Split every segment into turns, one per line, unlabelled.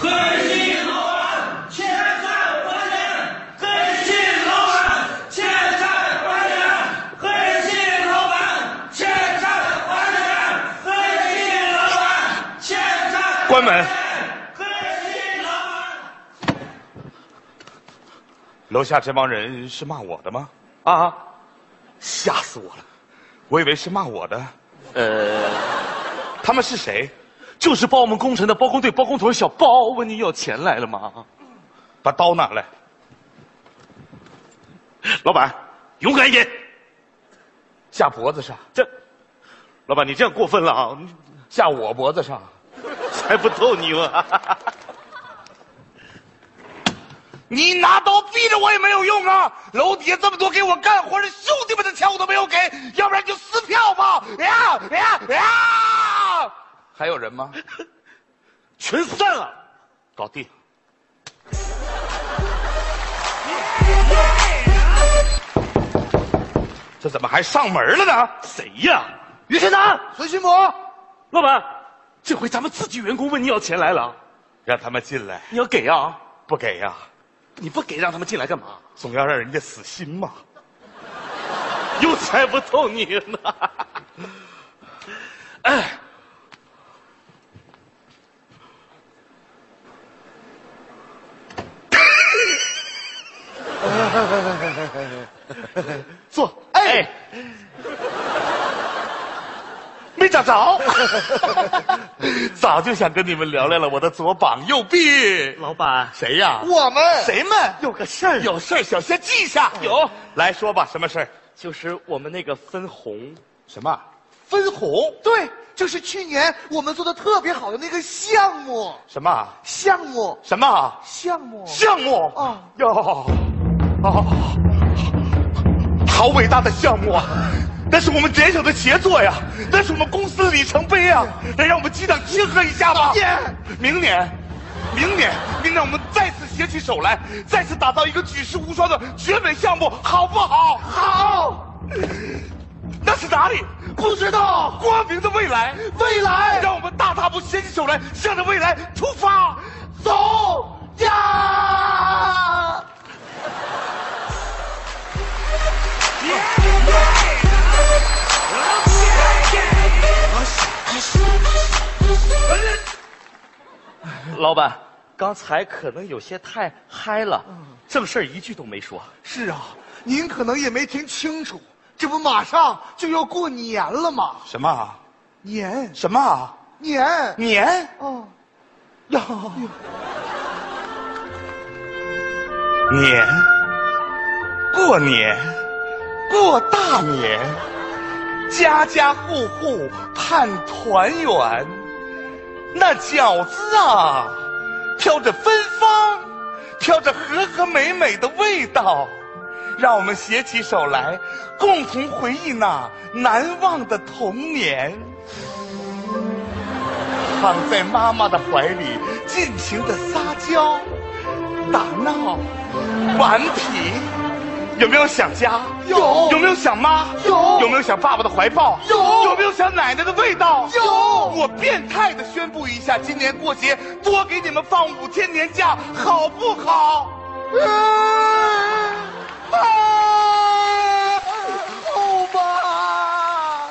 根新楼兰，千载不见；根新楼兰，千载不见；根新楼兰，千载不见；根新楼兰，千载
关门。
根新楼兰。
楼下这帮人是骂我的吗？啊，吓死我了！我以为是骂我的，
呃，
他们是谁？
就是包我们工程的包工队包工头小包，问你要钱来了吗？
把刀拿来！
老板，勇敢一点！
架脖子上，
这，老板你这样过分了啊！你
架我脖子上。
还不揍你吗？
你拿刀逼着我也没有用啊！楼底下这么多给我干活的兄弟们的钱我都没有给，要不然就撕票吧！哎呀呀呀！还有人吗？
全散了。
搞定。这怎么还上门了呢？
谁呀？
于天南、孙新博，
老板，这回咱们自己员工问你要钱来了，
让他们进来，
你要给啊？
不给呀、
你不给让他们进来干嘛？
总要让人家死心嘛。
又才不揍你呢！哎，
坐，哎，没找着， 早就想跟你们聊聊了，我的左膀右臂。
老板，
谁呀？
我们
谁们？
有个事儿
有事儿，小先记下。
有，
来说吧，什么事儿？
就是我们那个分红，
什么？
分红，对，就是去年我们做的特别好的那个项目，
什么？
项目，
什么？啊
项目，
项目
啊
哟，哦，好伟大的项目啊！那是我们联手的杰作呀，那是我们公司的里程碑啊！来，让我们激荡庆贺一下吧！明年，明年，明年我们再次携起手来，再次打造一个举世无双的绝美项目，好不好？好。那是哪里？不知道。光明的未来，未来，让我们大踏步携起手来，向着未来出发，走呀！
老板，刚才可能有些太嗨了，
嗯
正事儿一句都没说。
是啊，您可能也没听清楚，这不马上就要过年了吗？
什么？啊
年
什么？啊
年，
年？
哦，
年？过年？过大年？家家户户盼团圆，那饺子啊，飘着芬芳，飘着和和美美的味道。让我们携起手来，共同回忆那难忘的童年。躺在妈妈的怀里，尽情的撒娇、打闹、顽皮，有没有想家？
有
有没有想妈？
有
有没有想爸爸的怀抱？
有
有没有想奶奶的味道？
有
我变态的宣布一下，今年过节多给你们放五天年假，好不好？啊！
欧巴，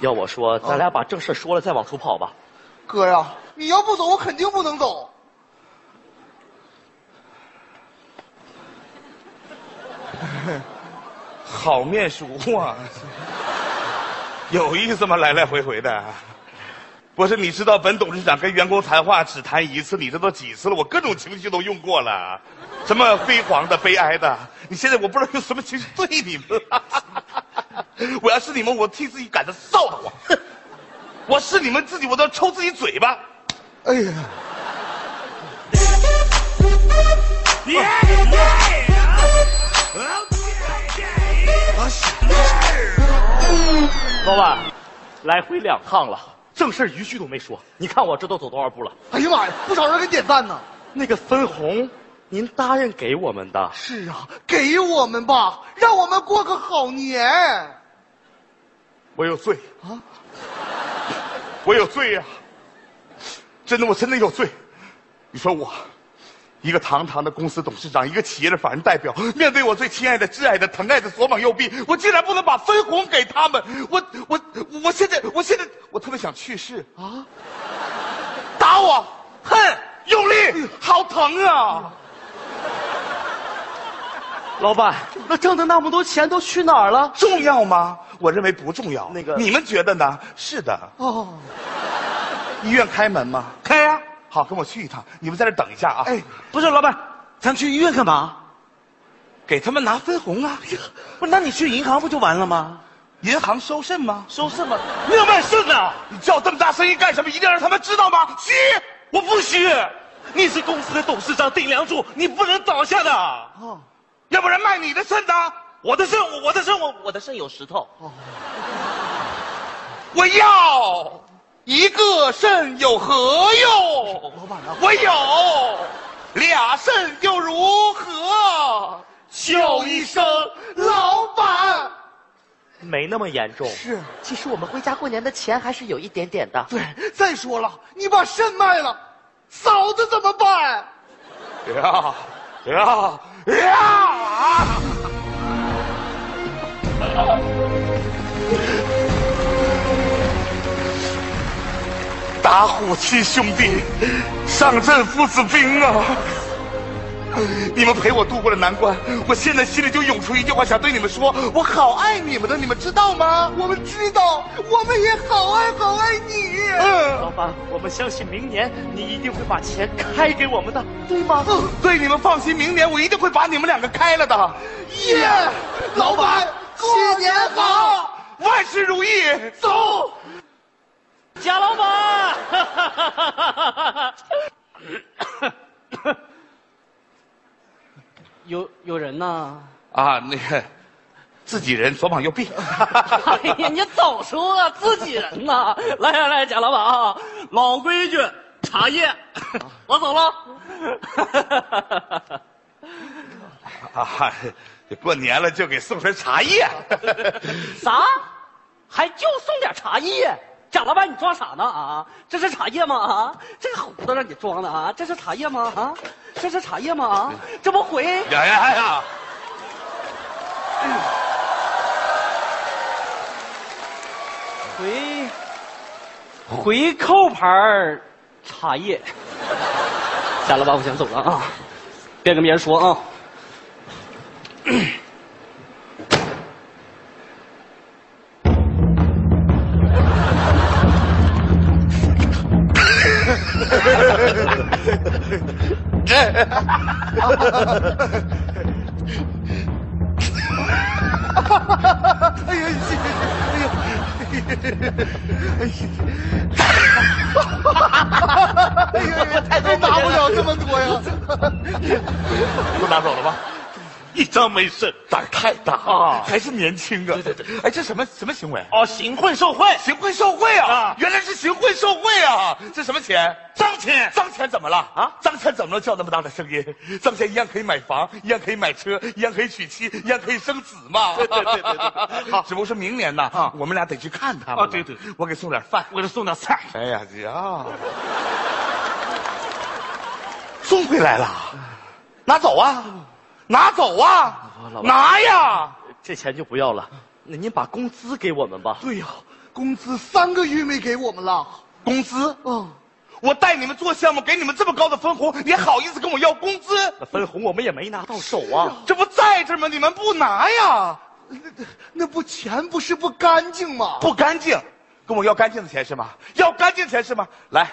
要我说，咱俩把正事儿说了再往出跑吧。
哦哥呀，你要不走，我肯定不能走。
好面熟啊，有意思吗？来来回回的，不是你知道本董事长跟员工谈话只谈一次，你这都几次了？我各种情绪都用过了，什么辉煌的、悲哀的，你现在我不知道用什么情绪对你们了。我要是你们，我替自己感到臊得慌。我是你们自己，我都要抽自己嘴巴。
哎呀，
老板，来回两趟了，正事儿一句都没说。你看我这都走多少步了？
哎呀妈呀，不少人给点赞呢。
那个分红，您答应给我们的，
是啊，给我们吧，让我们过个好年。
我有罪啊！我有罪呀、真的，我真的有罪。你说我，一个堂堂的公司董事长，一个企业的法人代表，面对我最亲爱的、挚爱的、疼爱的左膀右臂，我竟然不能把分红给他们！我我我现在我现在我特别想去世啊！打我！
哼，
用力，好疼啊！
老板，那挣的那么多钱都去哪儿了？
重要吗？我认为不重要。
那个
你们觉得呢？是的。
哦，
医院开门吗？
开
啊
呀、
好，跟我去一趟。你们在这儿等一下啊。
哎，
不是老板，咱们去医院干嘛？
给他们拿分红啊！
不是，那你去银行不就完了吗？
银行收肾吗？
收拾吧。
没有卖肾啊！你叫这么大声音干什么？一定要让他们知道吗？吸！
我不虚，你是公司的董事长顶梁柱，你不能倒下的。
哦要不然卖你的肾呢？
我的肾，我我的肾，我我的肾有石头。
我要一个肾有何用？
老板呢？
我有俩肾又如何？叫一声老板。
没那么严重。
是，
其实我们回家过年的钱还是有一点点的。
对。再说了，你把肾卖了，嫂子怎么办？
呀呀呀！打虎七兄弟，上阵父子兵啊！你们陪我度过了难关，我现在心里就涌出一句话，想对你们说：我好爱你们的，你们知道吗？
我们知道，我们也好爱好爱你。
嗯
老板，我们相信明年你一定会把钱开给我们的。
嗯对你们放心，明年我一定会把你们两个开了的。
耶，老板，新年好。
万事如意，走。
贾老 板，
有有人呢？
啊，那个自己人左膀右 臂。
哎呀，你早说啊，自己人呐！来来来，贾老板啊，
老规矩，茶叶。
我走了。
啊，过年了就给送份茶叶。
啥？还就送点茶叶？贾老板，你装啥呢啊？这是茶叶吗啊？这个胡子让你装的啊？这是茶叶吗啊？这是茶叶吗啊？这不回
哎呀呀呀！
回回扣牌儿茶叶。贾老板，我想走了啊，别跟别人说啊。
哎呀，这哎呀，哎呀，哎呀，我太都拿不了这么多呀！
都拿走了吧？一张没剩，胆儿太大
啊
还是年轻啊。对对对。哎，这什么什么行为？
哦，行贿受贿，
行贿受贿啊！
啊
原来是行贿受贿啊！这什么钱？
脏钱
脏钱怎么了啊？脏钱怎么能叫那么大的声音？脏钱一样可以买房，一样可以买车，一样可以娶妻，一样可以生子嘛。对对对对 好，啊哦只不过是明年呢，我们俩得去看他们。
啊对对，
我给送点饭。
我给他送点菜。
哎呀呀！ 送回来了，啊拿走啊，拿走啊
老，板
拿呀！
这钱就不要了，那您把工资给我们吧。
对呀，工资三个月没给我们了。
工资，
哦，
嗯
我带你们做项目，给你们这么高的分红，你还好意思跟我要工资？
那分红我们也没拿到手啊。
这不在这儿吗？你们不拿呀？
那不钱不是不干净吗？
不干净，跟我要干净的钱是吗？要干净钱是吗？来，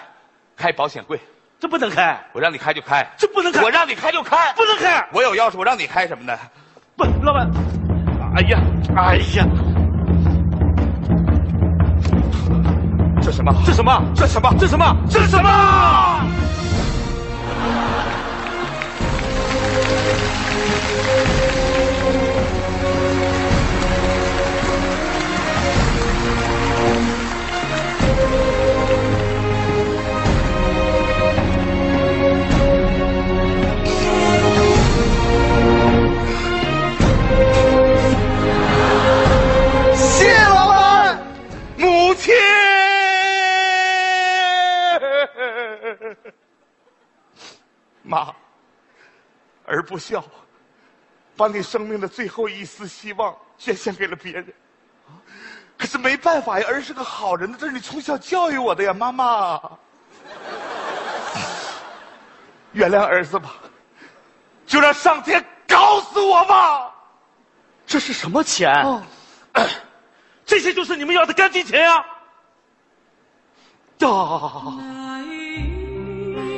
开保险柜，
这不能开，
我让你开就开，
这不能开，
我让你开就开，
不能开。
我有钥匙，我让你开什么呢？
不，老板，哎呀，哎呀，
这什么？
这什么？
这什么？
这什么？
这什么？
谢谢老板。
妈，儿不孝，把你生命的最后一丝希望捐献给了别人。可是没办法呀，儿是个好人，这是你从小教育我的呀，妈妈。 原谅儿子吧，就让上天搞死我吧。
这是什么钱？
哦，
这些就是你们要的干金钱啊！哦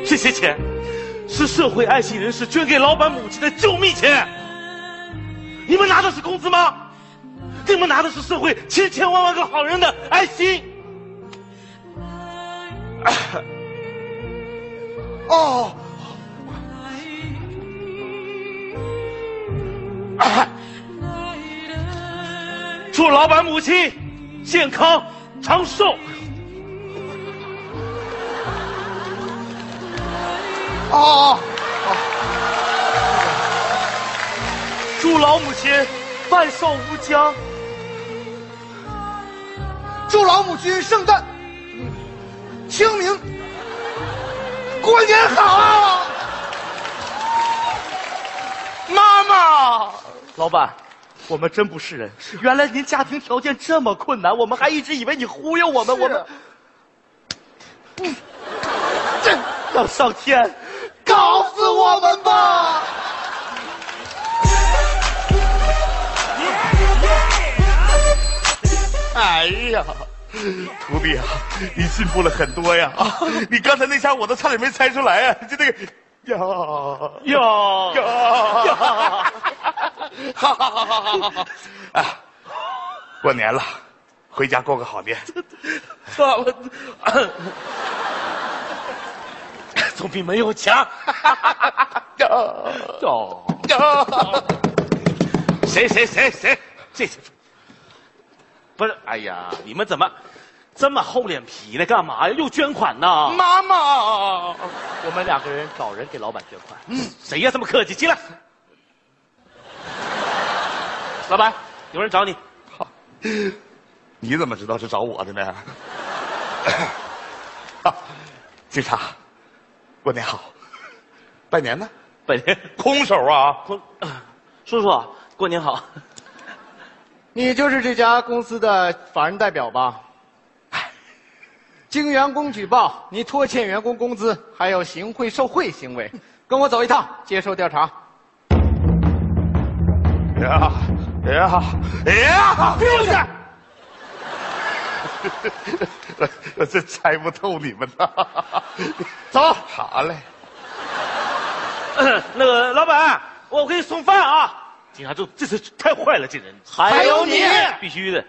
这些钱是社会爱心人士捐给老板母亲的救命钱。你们拿的是工资吗？你们拿的是社会千千万万个好人的爱心。
哦，
祝老板母亲健康长寿。
哦，
祝老母亲万寿无疆。
祝老母亲圣诞、清明、过年好，啊妈妈。
老板，我们真不是人。原来您家庭条件这么困难，我们还一直以为你忽悠我们。我们
这
让上天
搞死我们吧！
哎呀，徒弟啊，你进步了很多呀！啊，你刚才那下我都差点没猜出来啊！就那个呀
呀！
呀呀！好好好好好好！啊，过年了，回家过个好 年。
爸 爸，总比没有 强。
呀
哦，
呀！
谁谁
哎
谁谁，
这些不是？哎呀，你们怎么这么厚脸皮呢？干嘛呀？又捐款呢？
妈妈，
我们两个人找人给老板捐款。
谁呀这么客气？进来，老板，有人找你。
你怎么知道是找我的呢？ 啊警察，过年好！拜年呢？
本人
空手啊！
空，叔叔，过年好。
你就是这家公司的法人代表吧？ 经员工举报，你拖欠员工工资，还有行贿受贿行为，跟我走一趟，接受调查。
呀哎呀呀！
不是，
我 我真猜不透你们呐！
走。
好嘞，
那个老板，我给你送饭啊。警察这这次太坏了，这人
还有你
必须的。